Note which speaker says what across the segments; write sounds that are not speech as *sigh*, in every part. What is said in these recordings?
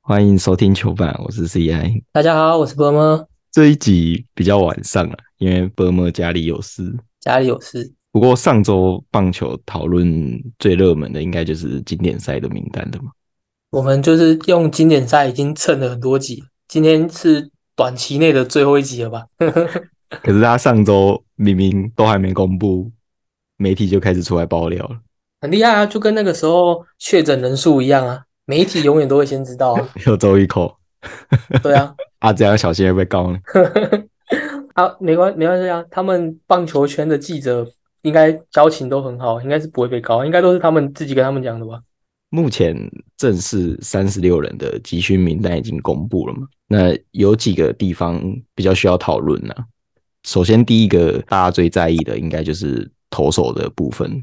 Speaker 1: 欢迎收听球板，我是 CI。
Speaker 2: 大家好，我是波波，
Speaker 1: 这一集比较晚上啊，因为伯莫家里有事。
Speaker 2: 家里有事。
Speaker 1: 不过上周棒球讨论最热门的应该就是经典赛的名单了嘛。
Speaker 2: 我们就是用经典赛已经蹭了很多集，今天是短期内的最后一集了吧？ *laughs*
Speaker 1: 可是他上周明明都还没公布，媒体就开始出来爆料了。
Speaker 2: 很厉害啊，就跟那个时候确诊人数一样啊，媒体永远都会先知道啊。
Speaker 1: 又周一口
Speaker 2: 对啊，
Speaker 1: 啊，这样小心会被告呢。
Speaker 2: 啊，没关没关系啊，他们棒球圈的记者应该交情都很好，应该是不会被告，应该都是他们自己跟他们讲的吧？
Speaker 1: 目前正式三十六人的集训名单已经公布了嘛？那有几个地方比较需要讨论呢？首先，第一个大家最在意的应该就是投手的部分。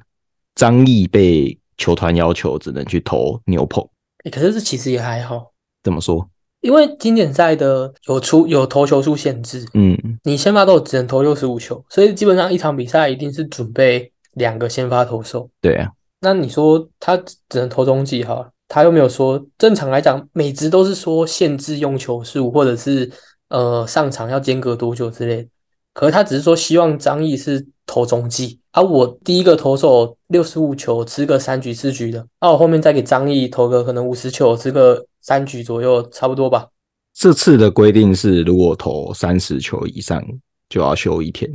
Speaker 1: 张毅被球团要求只能去投牛棚，
Speaker 2: 诶可是这其实也还好，
Speaker 1: 怎么说？
Speaker 2: 因为经典赛的有出有投球数限制，
Speaker 1: 嗯，
Speaker 2: 你先发都只能投六十五球，所以基本上一场比赛一定是准备两个先发投手。
Speaker 1: 对啊，
Speaker 2: 那你说他只能投中继哈，他又没有说正常来讲，每职都是说限制用球数，或者是呃上场要间隔多久之类的。可是他只是说希望张毅是投中继，啊，我第一个投手六十五球吃个三局四局的，啊，我后面再给张毅投个可能五十球吃个三局左右，差不多吧。
Speaker 1: 这次的规定是，如果投三十球以上就要休一天，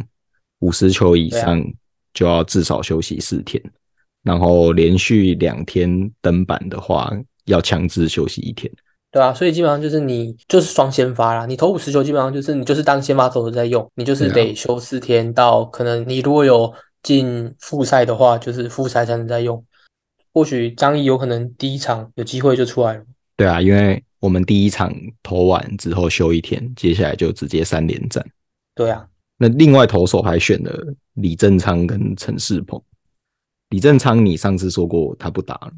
Speaker 1: 五十球以上就要至少休息四天，然后连续两天登板的话，要强制休息一天。
Speaker 2: 对啊，所以基本上就是你就是双先发啦，你投五十球基本上就是你就是当先发投手在用，你就是
Speaker 1: 对啊
Speaker 2: 得休四天到可能你如果有进复赛的话，就是复赛才能再用。或许张毅有可能第一场有机会就出来了，
Speaker 1: 对啊，因为我们第一场投完之后休一天，接下来就直接三连战。
Speaker 2: 对啊，
Speaker 1: 那另外投手还选了李正昌跟陈世鹏。李正昌，你上次说过他不打了，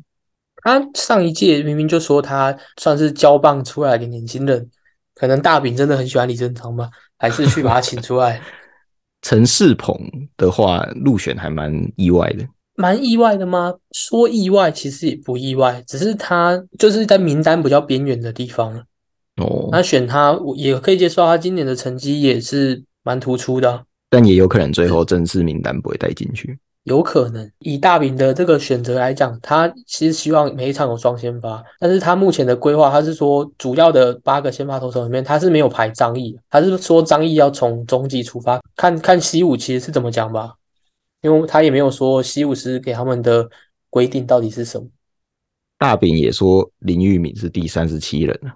Speaker 2: 他上一届明明就说他算是交棒出来的年轻人，可能大饼真的很喜欢李正昌吧，还是去把他请出
Speaker 1: *laughs*
Speaker 2: 来，
Speaker 1: 陈世鹏的话入选还蛮意外的。
Speaker 2: 蛮意外的吗？说意外其实也不意外，只是他就是在名单比较边缘的地方。那
Speaker 1: 哦，
Speaker 2: 选他，我也可以接受，他今年的成绩也是蛮突出的啊、
Speaker 1: 但也有可能最后正式名单不会带进去。
Speaker 2: 有可能以大饼的这个选择来讲，他其实希望每一场有双先发，但是他目前的规划，他是说主要的八个先发投手里面，他是没有排张毅的，他是说张毅要从中继出发，看看西武其实是怎么讲吧，因为他也没有说西武是给他们的规定到底是什么。
Speaker 1: 大饼也说林玉敏是第三十七人啊，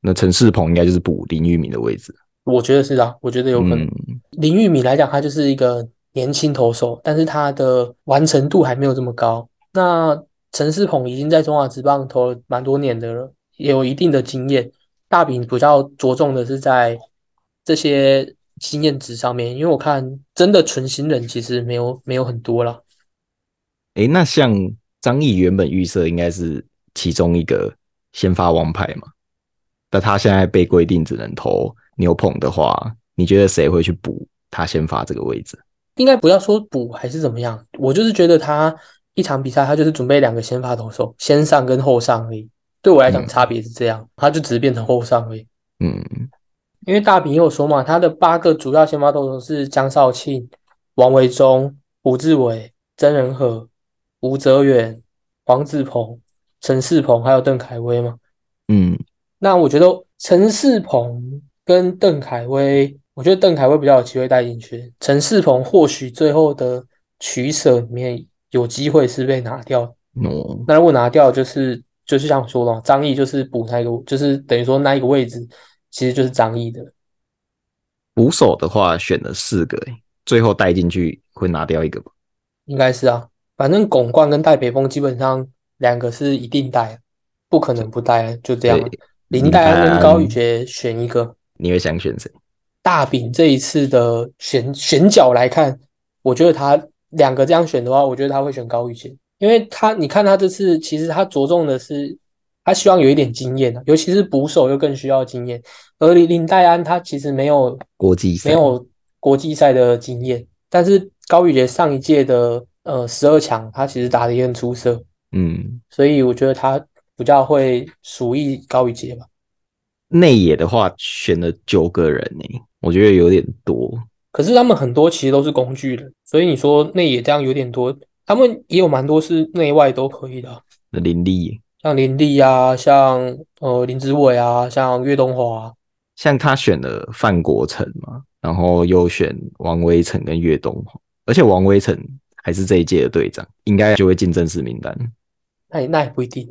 Speaker 1: 那陈世鹏应该就是补林玉敏的位置。
Speaker 2: 我觉得是啊，我觉得有可能。
Speaker 1: 嗯，
Speaker 2: 林玉敏来讲，他就是一个年轻投手，但是他的完成度还没有这么高。那陈世鹏已经在中华职棒投了蛮多年的了，也有一定的经验。大饼比较着重的是在这些经验值上面，因为我看真的纯新人其实没有没有很多啦。
Speaker 1: 诶，那像张毅原本预设应该是其中一个先发王牌嘛，但他现在被规定只能投牛棚的话，你觉得谁会去补他先发这个位置？
Speaker 2: 应该不要说补还是怎么样，我就是觉得他一场比赛，他就是准备两个先发投手，先上跟后上而已。对我来讲，
Speaker 1: 嗯
Speaker 2: 差别是这样，他就只是变成后上而已。
Speaker 1: 嗯，
Speaker 2: 因为大饼也有说嘛，他的八个主要先发投手是江少庆、王维忠、胡志伟、曾仁和、吴哲远、黄志鹏、陈世鹏，还有邓凯威嘛。
Speaker 1: 嗯，
Speaker 2: 那我觉得陈世鹏跟邓凯威，我觉得邓凯威比较有机会带进去，陈世鹏或许最后的取舍里面有机会是被拿掉的
Speaker 1: 哦，
Speaker 2: 那如果拿掉，就是就是像我说的嘛，张毅就是补那个，就是等于说那一个位置其实就是张毅的。
Speaker 1: 捕手的话选了四个，诶最后带进去会拿掉一个吧？
Speaker 2: 应该是啊，反正拱冠跟戴北风基本上两个是一定带，不可能不带，就这样啊
Speaker 1: 对。
Speaker 2: 林黛安
Speaker 1: 林黛安
Speaker 2: 跟高宇杰选一个，
Speaker 1: 你会想选谁？
Speaker 2: 大饼这一次的选选角来看，我觉得他两个这样选的话，我觉得他会选高宇杰，因为他你看他这次其实他着重的是他希望有一点经验啊，尤其是捕手又更需要经验，而林林黛安他其实没有
Speaker 1: 国际赛
Speaker 2: 没有国际赛的经验，但是高宇杰上一届的呃十二强，他其实打得也很出色，
Speaker 1: 嗯，
Speaker 2: 所以我觉得他比较会属于高宇杰吧。
Speaker 1: 内野的话选了九个人呢、我觉得有点多。
Speaker 2: 可是他们很多其实都是工具人，所以你说内野这样有点多，他们也有蛮多是内外都可以的啊，
Speaker 1: 那林立，
Speaker 2: 像林立啊，像呃林志伟啊，像岳东华啊、
Speaker 1: 像他选了范国成嘛，然后又选王威成跟岳东华，而且王威成还是这一届的队长，应该就会进正式名单。 *laughs*
Speaker 2: 那也那也不一定，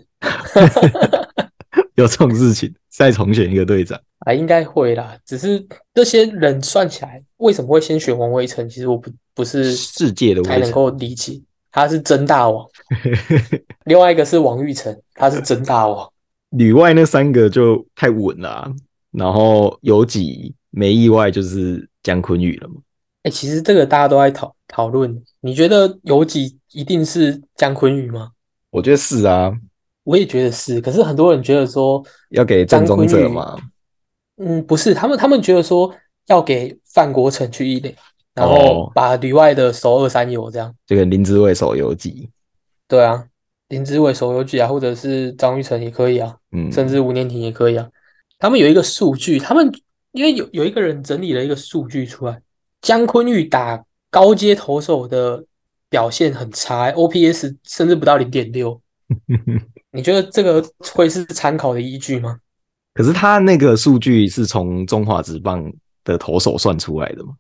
Speaker 1: 有这种事情，再重选一个队长。
Speaker 2: 啊，应该会啦。只是这些人算起来，为什么会先选王威成？其实我不不是
Speaker 1: 世界的
Speaker 2: 太
Speaker 1: 威
Speaker 2: 能
Speaker 1: 成，
Speaker 2: 够理解，他是真
Speaker 1: *laughs*
Speaker 2: 大王。另外一个是王玉成，他是真大王。
Speaker 1: 里外那三个就太稳了啊、然后有几没意外就是姜昆宇了嘛。
Speaker 2: 哎、其实这个大家都在讨讨论，你觉得有几一定是姜昆宇吗？
Speaker 1: 我觉得是啊，
Speaker 2: 我也觉得是，可是很多人觉得说，
Speaker 1: 要给
Speaker 2: 张
Speaker 1: 郑宗
Speaker 2: 坤
Speaker 1: 哲
Speaker 2: 宇
Speaker 1: 嘛，
Speaker 2: 嗯，不是，他们他们觉得说要给范国成去一垒，然后
Speaker 1: 哦
Speaker 2: 把里外的守二三游这样。
Speaker 1: 这个林志伟手游记，
Speaker 2: 对啊，林志伟守游记啊，或者是张玉成也可以啊。
Speaker 1: 嗯，
Speaker 2: 甚至吴念婷也可以啊。他们有一个数据，他们因为有有一个人整理了一个数据出来，姜昆玉打高阶投手的表现很差，OPS 甚至不到零点六。你觉得这个会是参考的依据吗？
Speaker 1: 可是他那个数据是从中华职棒的投手算出来的嘛，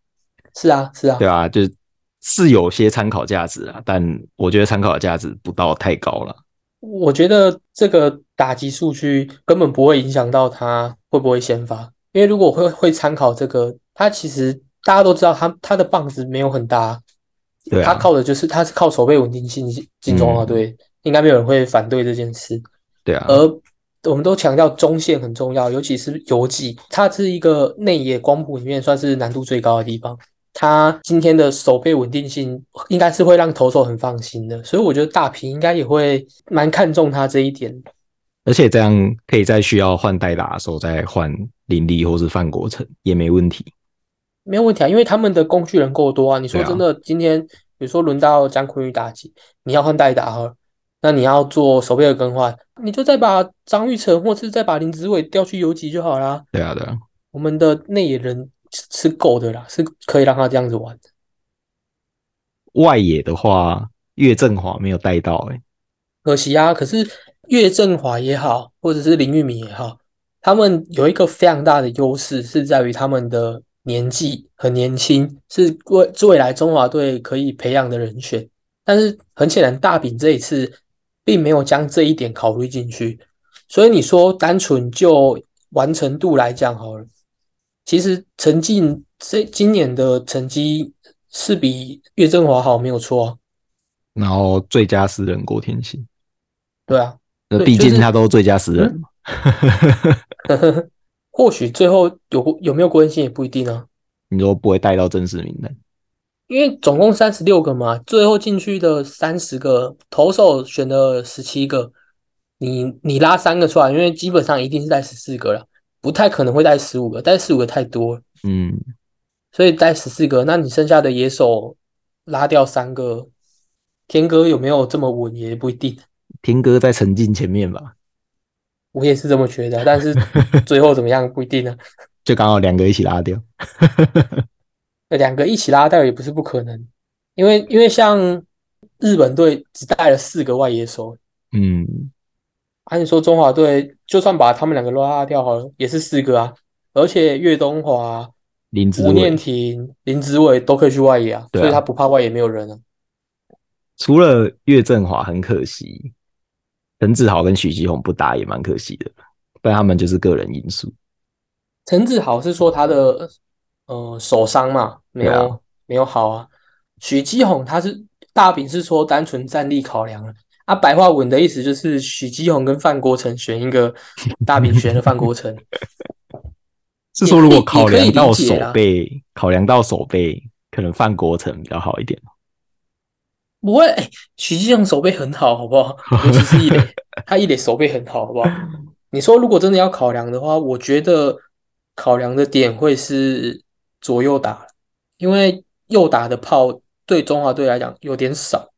Speaker 2: 是啊，是啊
Speaker 1: 对，啊，就是是有些参考价值啊，但我觉得参考价值不到太高了。
Speaker 2: 我觉得这个打击数据根本不会影响到他会不会先发，因为如果会会参考这个，他其实大家都知道他他的棒子没有很大，
Speaker 1: 对啊嗯
Speaker 2: 他靠的就是他是靠手背稳定性进进中华队，应该没有人会反对这件事。
Speaker 1: 对啊，
Speaker 2: 而我们都强调中线很重要，尤其是游击，它是一个内野光谱里面算是难度最高的地方。它今天的手背稳定性应该是会让投手很放心的，所以我觉得大平应该也会蛮看重他这一点。
Speaker 1: 而且这样可以在需要换代打的时候再换林立或是范国成也没问题。
Speaker 2: 没有问题啊，因为他们的工具人够多啊。你说
Speaker 1: 对啊
Speaker 2: 真的，今天比如说轮到姜昆宇打击，你要换代打好了，那你要做手背的更换，你就再把张玉成或是再把林子伟调去游击就好啦。
Speaker 1: 对啊，对啊，
Speaker 2: 我们的内野人是是够的啦，是可以让他这样子玩的。
Speaker 1: 外野的话，岳振华没有带到、欸，
Speaker 2: 可惜啊，可是岳振华也好，或者是林玉明也好，他们有一个非常大的优势，是在于他们的年纪很年轻，是未未来中华队可以培养的人选。但是很显然，大饼这一次并没有将这一点考虑进去，所以你说单纯就完成度来讲好了，其实陈进这今年的成绩是比岳振华好，没有错啊，
Speaker 1: 然后最佳私人郭天信，
Speaker 2: 对啊。
Speaker 1: 那
Speaker 2: 对
Speaker 1: 毕
Speaker 2: 就是嗯
Speaker 1: 竟他都最佳私人嘛。
Speaker 2: 或许最后有有没有关系也不一定啊，
Speaker 1: 你说不会带到正式名单？
Speaker 2: 因为总共三十六个嘛，最后进去的三十个投手选了十七个，你你拉三个出来，因为基本上一定是带十四个了，不太可能会带十五个，带十五个太多了，
Speaker 1: 嗯，
Speaker 2: 所以带十四个，那你剩下的野手拉掉三个，天哥有没有这么稳也不一定，
Speaker 1: 天哥在陈进前面吧，
Speaker 2: 我也是这么觉得，啊但是最后怎么样不一定啊，
Speaker 1: 就刚好两个一起拉掉。
Speaker 2: 那两个一起拉掉也不是不可能，因为因为像日本队只带了四个外野手，
Speaker 1: 嗯，
Speaker 2: 按理说中华队就算把他们两个拉掉好了，也是四个啊，而且岳东华、
Speaker 1: 林志
Speaker 2: 吴念
Speaker 1: 伟
Speaker 2: 婷、林子伟都可以去外野啊，
Speaker 1: 对啊
Speaker 2: 所以他不怕外野没有人啊。
Speaker 1: 除了岳振华很可惜，陈志豪跟许继宏不打也蛮可惜的，但他们就是个人因素。
Speaker 2: 陈志豪是说他的呃手伤嘛，没
Speaker 1: 对
Speaker 2: 有没有好啊。许基宏他是大饼是说单纯战力考量了。啊，白话文的意思就是许基宏跟范国成选一个，大饼选了范国成。
Speaker 1: 是说如果
Speaker 2: 也可以
Speaker 1: 考量到
Speaker 2: 也可以理
Speaker 1: 手
Speaker 2: 解啦
Speaker 1: 背，考量到手背，可能范国成比较好一点。
Speaker 2: 不会，哎许继雄手背很好，好不好？尤其是一垒，他一垒手背很好，好不好？你说如果真的要考量的话，我觉得考量的点会是左右打，因为右打的炮对中华队来讲有点少，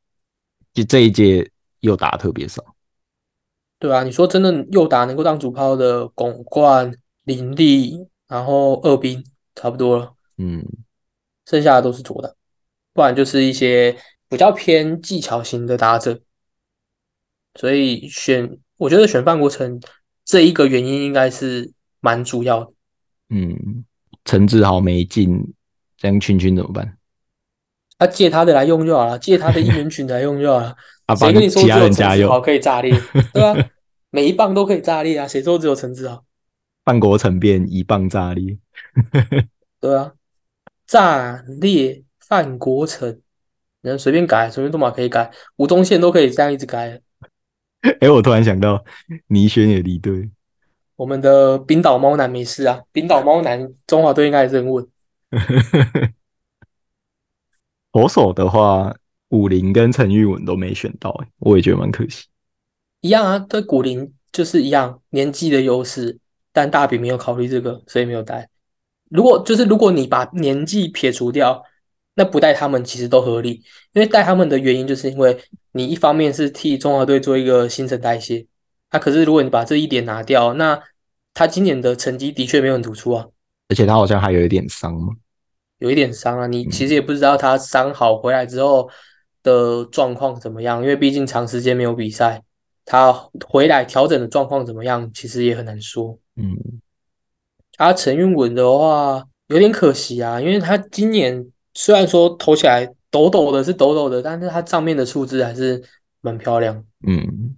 Speaker 1: 就这一届又打得特别少，
Speaker 2: 对吧、你说真的右打能够当主炮的巩冠，林立，然后二兵差不多了，
Speaker 1: 嗯，
Speaker 2: 剩下的都是左打，不然就是一些比较偏技巧型的打者。所以选，我觉得选范国成这一个原因应该是蛮主要的。
Speaker 1: 嗯，陈志豪没进，这样圈圈怎么办？
Speaker 2: 他、借他的来用就好了，借他的一人群来用就好了。
Speaker 1: *laughs* 啊，
Speaker 2: 谁
Speaker 1: 帮
Speaker 2: 跟你说
Speaker 1: 其
Speaker 2: 只
Speaker 1: 他
Speaker 2: 有
Speaker 1: 人
Speaker 2: 陈
Speaker 1: 加
Speaker 2: 志豪
Speaker 1: 油，
Speaker 2: 可以炸裂？
Speaker 1: *laughs*
Speaker 2: 对啊，每一棒都可以炸裂啊！谁说只有陈志豪？
Speaker 1: 半国成变一棒炸裂， *laughs*
Speaker 2: 对啊，炸裂范国成，然后随便改，随便都嘛可以改，吴宗宪都可以这样一直改。
Speaker 1: 哎、我突然想到，倪轩也离队，
Speaker 2: 我们的冰岛猫男没事啊，冰岛猫男中华队应该也是很稳。
Speaker 1: 投手的话，武林跟陈玉文都没选到、欸，我也觉得蛮可惜。
Speaker 2: 一样啊，对古林就是一样，年纪的优势，但大饼没有考虑这个，所以没有带。如果就是如果你把年纪撇除掉，那不带他们其实都合理，因为带他们的原因就是因为你一方面是替中华队做一个新陈代谢，啊，可是如果你把这一点拿掉，那他今年的成绩的确没有很突出啊，
Speaker 1: 而且他好像还有一点伤嘛，
Speaker 2: 有一点伤啊，你其实也不知道他伤好回来之后的状况怎么样，因为毕竟长时间没有比赛，他回来调整的状况怎么样，其实也很难说。
Speaker 1: 嗯，
Speaker 2: 啊，陈韵文的话有点可惜啊，因为他今年虽然说投起来抖抖的是抖抖的，但是他账面的数字还是蛮漂亮，
Speaker 1: 嗯，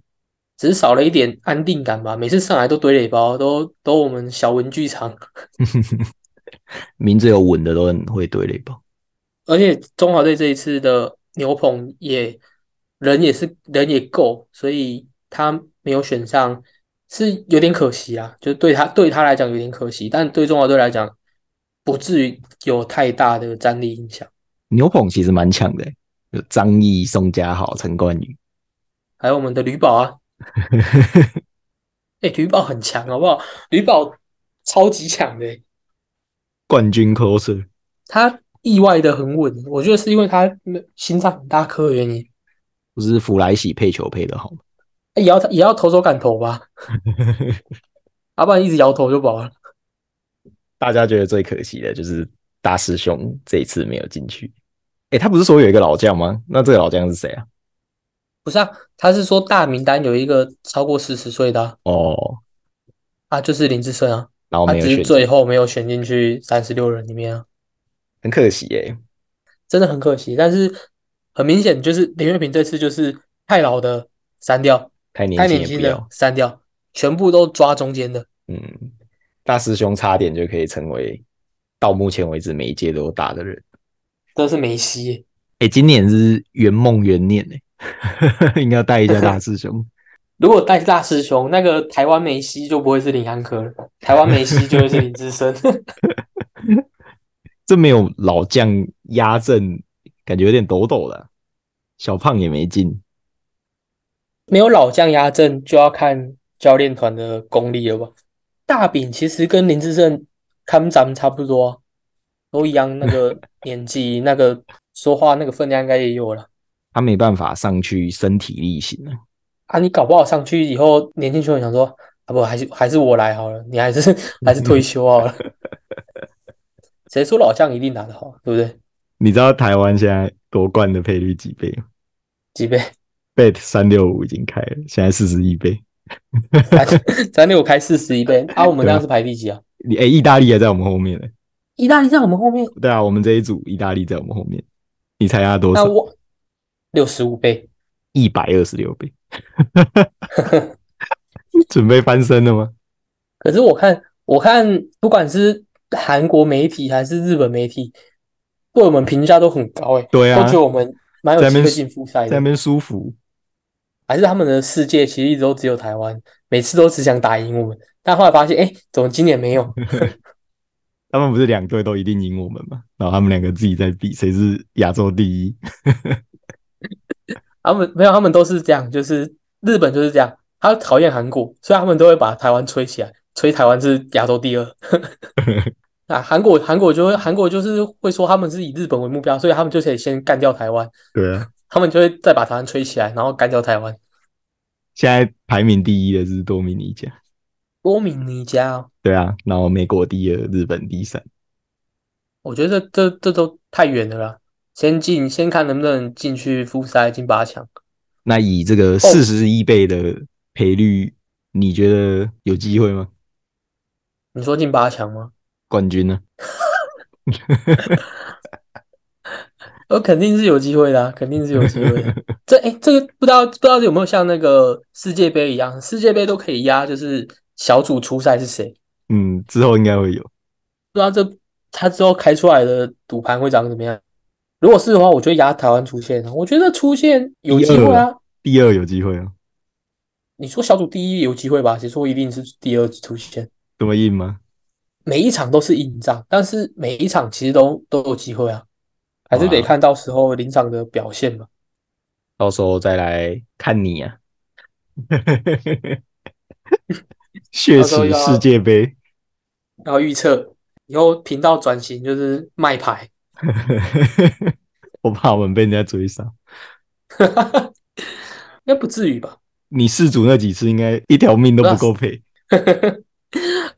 Speaker 2: 只是少了一点安定感吧。每次上来都堆垒包，都都我们小文剧场，
Speaker 1: 名字有稳的都很会对垒吧？
Speaker 2: 而且中华队这一次的牛棚也人也是人也够，所以他没有选上是有点可惜啊，就对他对他来讲有点可惜，但对中华队来讲不至于有太大的战力影响。
Speaker 1: 牛棚其实蛮强的、欸，有张毅、宋家豪、陈冠宇，
Speaker 2: 还有我们的吕宝啊，哎、吕宝很强，好不好？吕宝超级强的、欸
Speaker 1: 冠军 closer，
Speaker 2: 他意外的很稳，我觉得是因为他心脏很大颗的原因，
Speaker 1: 不是弗莱喜配球配的好吗？
Speaker 2: 也要也要投手敢投吧，
Speaker 1: *laughs*
Speaker 2: 要不然一直摇头就饱了。
Speaker 1: 大家觉得最可惜的就是大师兄这一次没有进去。哎、他不是说有一个老将吗？那这个老将是谁啊？
Speaker 2: 不是啊，他是说大名单有一个超过四十岁的啊
Speaker 1: 哦，
Speaker 2: 啊就是林志胜啊，
Speaker 1: 然后
Speaker 2: 他
Speaker 1: 哦没有
Speaker 2: 只是
Speaker 1: 选
Speaker 2: 最
Speaker 1: 进，
Speaker 2: 后没有选进去三十六人里面啊，
Speaker 1: 很可惜欸耶、
Speaker 2: 真的很可惜。但是很明显就是林月平这次就是太老的删掉，
Speaker 1: 太年
Speaker 2: 太
Speaker 1: 轻
Speaker 2: 年
Speaker 1: 也
Speaker 2: 轻
Speaker 1: 不
Speaker 2: 的
Speaker 1: 要。
Speaker 2: 删掉，全部都抓中间的。
Speaker 1: 嗯，大师兄差点就可以成为到目前为止每一届都有打的人。
Speaker 2: 这是梅西，
Speaker 1: 哎、今年是圆梦元年哎、 *laughs* 应该要带一下大师兄。
Speaker 2: 如果带大师兄，那个台湾梅西就不会是林安可了，台湾梅西就会是林志 *laughs* 升。
Speaker 1: 这没有老将压阵，感觉有点抖抖的啊、小胖也没进，
Speaker 2: 没有老将压阵，就要看教练团的功力了吧？大饼其实跟林志胜、看咱们差不多啊，都一样那个年 *laughs* 纪，那个说话那个分量应该也有了
Speaker 1: 他没办法上去身体力行啊。
Speaker 2: 啊。你搞不好上去以后，年轻球员想说啊不，还是还是我来好了，你还是 *laughs* 还是退休好了。谁说老将一定打得好，对不对？
Speaker 1: 你知道台湾现在夺冠的赔率几倍吗
Speaker 2: 几 *laughs* 倍？
Speaker 1: ？Bet 三六五已经开了，现在四十一倍。
Speaker 2: 咱六开四十一倍啊，我们这
Speaker 1: 对啊
Speaker 2: 样是排第几啊？
Speaker 1: 你哎、意大利还在我们后面呢、
Speaker 2: 意大利在我们后面，
Speaker 1: 对啊，我们这一组意大利在我们后面。你猜他多
Speaker 2: 那
Speaker 1: 少？
Speaker 2: 我六十五倍。
Speaker 1: 一百二十六倍。 *laughs* 准备翻身了吗？
Speaker 2: 可是我看，我看不管是韩国媒体还是日本媒体，对我们评价都很高、欸，
Speaker 1: 对啊
Speaker 2: 都觉得我们蛮有
Speaker 1: 在那
Speaker 2: 机
Speaker 1: 边
Speaker 2: 会进复赛
Speaker 1: 在那
Speaker 2: 的。
Speaker 1: 边舒服。
Speaker 2: 还是他们的世界其实一直都只有台湾，每次都只想打赢我们，但后来发现，哎、怎么今
Speaker 1: *laughs*
Speaker 2: 年没有？
Speaker 1: 他们不是两队都一定赢我们吗？然后他们两个自己在比谁是亚洲第一。
Speaker 2: 他们没有，他们都是这样，就是日本就是这样，他讨厌韩国，所以他们都会把台湾吹起来，吹台湾是亚洲第
Speaker 1: *laughs*
Speaker 2: 二。啊，韩国韩国就会韩国就是会说他们是以日本为目标，所以他们就可以先干掉台湾。
Speaker 1: *laughs* 对啊，
Speaker 2: 他们就会再把台湾吹起来，然后干掉台湾。
Speaker 1: 现在排名第一的是多米尼加，
Speaker 2: 多米尼加哦，
Speaker 1: 对啊，然后美国第二，日本第三。
Speaker 2: 我觉得这这这都太远了啦。先进，先看能不能进去复赛进八强。
Speaker 1: 那以这个四十一倍的赔率，你觉得有机会吗？
Speaker 2: 你说进八强吗？
Speaker 1: 冠军呢？
Speaker 2: 呃，肯定是有机会的啊，肯定是有机会的。这哎，这个不知道不知道有没有像那个世界杯一样，世界杯都可以压，就是小组初赛是谁？
Speaker 1: 嗯，之后应该会有。
Speaker 2: 不知道这他之后开出来的赌盘会长怎么样。如果是的话，我就压台湾出线啊。我觉得出线有机会
Speaker 1: 第
Speaker 2: 啊。
Speaker 1: 第二有机会啊？
Speaker 2: 你说小组第一有机会吧？谁说一定是第二出线？
Speaker 1: 这么硬吗？
Speaker 2: 每一场都是硬仗，但是每一场其实都都有机会啊，还是得
Speaker 1: 哇
Speaker 2: 看到时候临场的表现嘛。
Speaker 1: 到时候再来看你 *laughs* 啊！血
Speaker 2: 到时候
Speaker 1: 耻
Speaker 2: 要
Speaker 1: 世界杯，
Speaker 2: 然后预测以后频道转型就是卖牌，
Speaker 1: *laughs* 我怕我们被人家追杀。
Speaker 2: 应该不至于吧？ *laughs*
Speaker 1: 你四组那几次应该一条命都不够赔，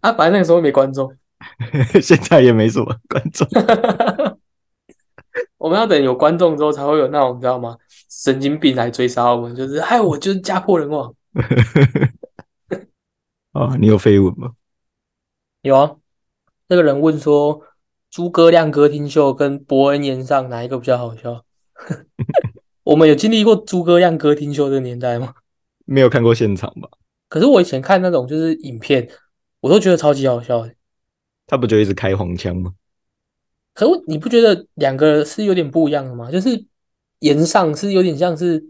Speaker 2: 啊，反正那个时候没观众，
Speaker 1: *laughs* 现在也没什么观 *laughs* 众。
Speaker 2: 我们要等有观众之后才会有那种你知道吗？神经病来追杀我们，就是哎，我就是家破人亡。
Speaker 1: 啊，你有绯闻吗？
Speaker 2: 有啊，那个人问说，诸葛亮歌厅秀跟伯恩演上哪一个比较好笑？ *laughs* 我们有经历过诸葛亮歌厅秀的年代吗？
Speaker 1: 没有看过现场吧？
Speaker 2: 可是我以前看那种就是影片，我都觉得超级好笑的。
Speaker 1: 他不就一直开黄腔吗？
Speaker 2: 可是你不觉得两个是有点不一样的吗？就是演上是有点像是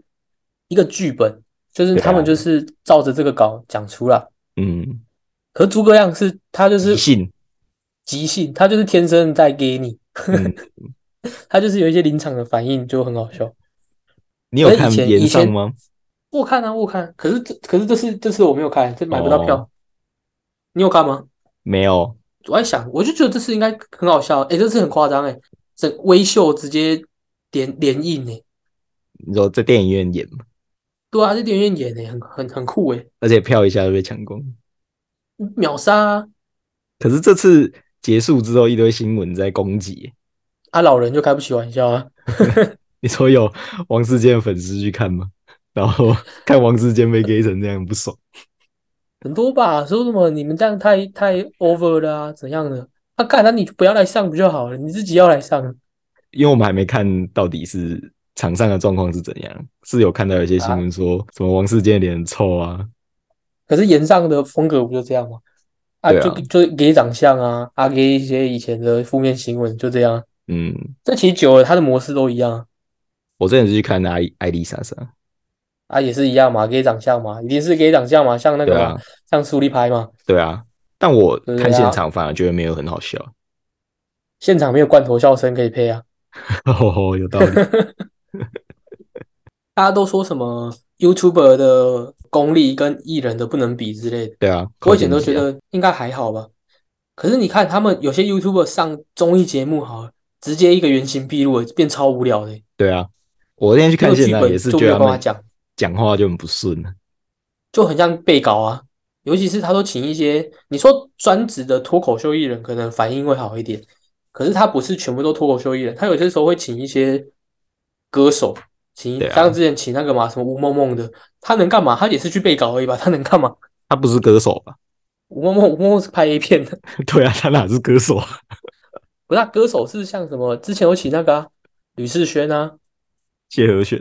Speaker 2: 一个剧本，就是他们
Speaker 1: 对
Speaker 2: 就
Speaker 1: 啊
Speaker 2: 是照着这个稿讲出来。
Speaker 1: 嗯，
Speaker 2: 可是诸葛亮是他就
Speaker 1: 即
Speaker 2: 是
Speaker 1: 兴。
Speaker 2: 即兴，他就是天生在给你， *laughs*
Speaker 1: 嗯，
Speaker 2: 他就是有一些临场的反应，就很好笑。
Speaker 1: 你有
Speaker 2: 可是以
Speaker 1: 看
Speaker 2: 前
Speaker 1: 岩
Speaker 2: 以
Speaker 1: 上
Speaker 2: 前
Speaker 1: 吗？
Speaker 2: 我看啊，我看，可是这可是这次这次我没有看，这买不到票。
Speaker 1: 哦
Speaker 2: 你有看吗？
Speaker 1: 没有，
Speaker 2: 我在想，我就觉得这次应该很好笑，诶，这次很夸张，诶，整微秀直接连连映，诶，
Speaker 1: 你说在电影院演吗？
Speaker 2: 对啊，在电影院演，诶，很很很酷，诶，
Speaker 1: 而且票一下就被抢光。
Speaker 2: 秒杀啊！
Speaker 1: 可是这次结束之后，一堆新闻在攻击。
Speaker 2: 啊，老人就开不起玩笑啊，
Speaker 1: 你说有王世坚的粉丝去看吗？ *laughs* 然
Speaker 2: *laughs*
Speaker 1: 后看王世坚被 gay 成这样不爽。
Speaker 2: 很多吧，说什么你们这样太太 over 了啊，怎样的？啊，干，那你就不要来上不就好了？你自己要来上，
Speaker 1: 因为我们还没看到底是场上的状况是怎样，是有看到有些新闻说、
Speaker 2: 啊
Speaker 1: 什么王世坚脸很臭啊，
Speaker 2: 可是岩上的风格不就这样吗？啊，
Speaker 1: 对啊
Speaker 2: 就就给长相啊，啊，给一些以前的负面新闻，就这样啊。
Speaker 1: 嗯，
Speaker 2: 这其实久了，它的模式都一样啊
Speaker 1: 我之前是去看艾艾丽莎莎，
Speaker 2: 啊，也是一样嘛，给长相嘛，一定是给长相嘛，像那个
Speaker 1: 对
Speaker 2: 嘛，
Speaker 1: 啊，
Speaker 2: 像苏利拍嘛，
Speaker 1: 对啊，但我
Speaker 2: 对啊
Speaker 1: 看现场反而觉得没有很好
Speaker 2: *laughs*
Speaker 1: 笑，
Speaker 2: 现场没有罐头笑声可以配啊。
Speaker 1: 哦，有道理，
Speaker 2: 大家都说什么 YouTuber 的功力跟艺人的不能比之类的，
Speaker 1: *laughs* 对啊，
Speaker 2: 我以前都
Speaker 1: 靠近
Speaker 2: 觉
Speaker 1: 一下
Speaker 2: 得应该还好吧。可是你看他们有些 YouTuber 上综艺节目好了，直接一个原形毕露了，变超无聊的，欸
Speaker 1: 对啊，我那天去
Speaker 2: 那
Speaker 1: 看
Speaker 2: 个
Speaker 1: 现
Speaker 2: 剧
Speaker 1: 场
Speaker 2: 本
Speaker 1: 也是
Speaker 2: 就
Speaker 1: 觉
Speaker 2: 没
Speaker 1: 得
Speaker 2: 有
Speaker 1: 他
Speaker 2: 办法
Speaker 1: 们
Speaker 2: 讲。
Speaker 1: 讲话就很不顺啊，
Speaker 2: 就很像被告啊。尤其是他都请一些你说专职的脱口秀艺人，可能反应会好一点。可是他不是全部都脱口秀艺人，他有些时候会请一些歌手，请
Speaker 1: 对啊
Speaker 2: 像之前请那个嘛什么吴梦梦的，他能干嘛？他也是去被告而已吧，他能干嘛？
Speaker 1: 他不是歌手吧？
Speaker 2: 吴梦梦吴梦梦是拍 A 片的，
Speaker 1: *laughs* 对啊，他哪是歌手啊？
Speaker 2: 不是、啊、歌手是像什么？之前有请那个、啊、吕世轩啊，
Speaker 1: 谢和弦，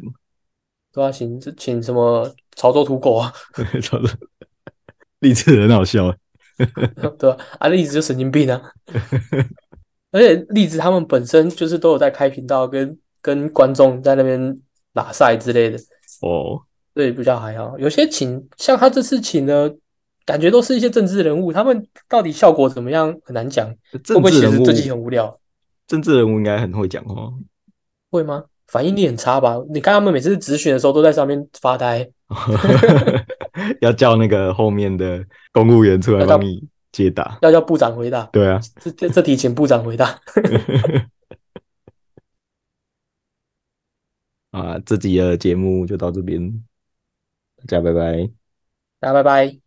Speaker 2: 对吧、啊？请请什么潮州土狗啊，
Speaker 1: *laughs* 操的，励志很好笑啊，
Speaker 2: *laughs* 对吧、啊？啊，栗子就神经病啊。
Speaker 1: *laughs*
Speaker 2: 而且栗子他们本身就是都有在开频道跟跟观众在那边拉赛之类的，
Speaker 1: 哦，
Speaker 2: 所以比较还好。有些请像他这次请的，感觉都是一些政治人物，他们到底效果怎么样很难讲，会
Speaker 1: 政
Speaker 2: 不会
Speaker 1: 治
Speaker 2: 其
Speaker 1: 人
Speaker 2: 实
Speaker 1: 物
Speaker 2: 自己很无聊？
Speaker 1: 政治人物应该很会讲
Speaker 2: *laughs*
Speaker 1: 话。
Speaker 2: 会吗？反应力很差吧？你看他们每次咨询的时候都在上面发呆，
Speaker 1: 要叫那个后面的公务员出来帮你解答。
Speaker 2: 要叫部长回答。
Speaker 1: 对啊，
Speaker 2: 这这这题请部长回答。
Speaker 1: 啊，这集的节目就到这边，大家拜拜。
Speaker 2: 那拜拜。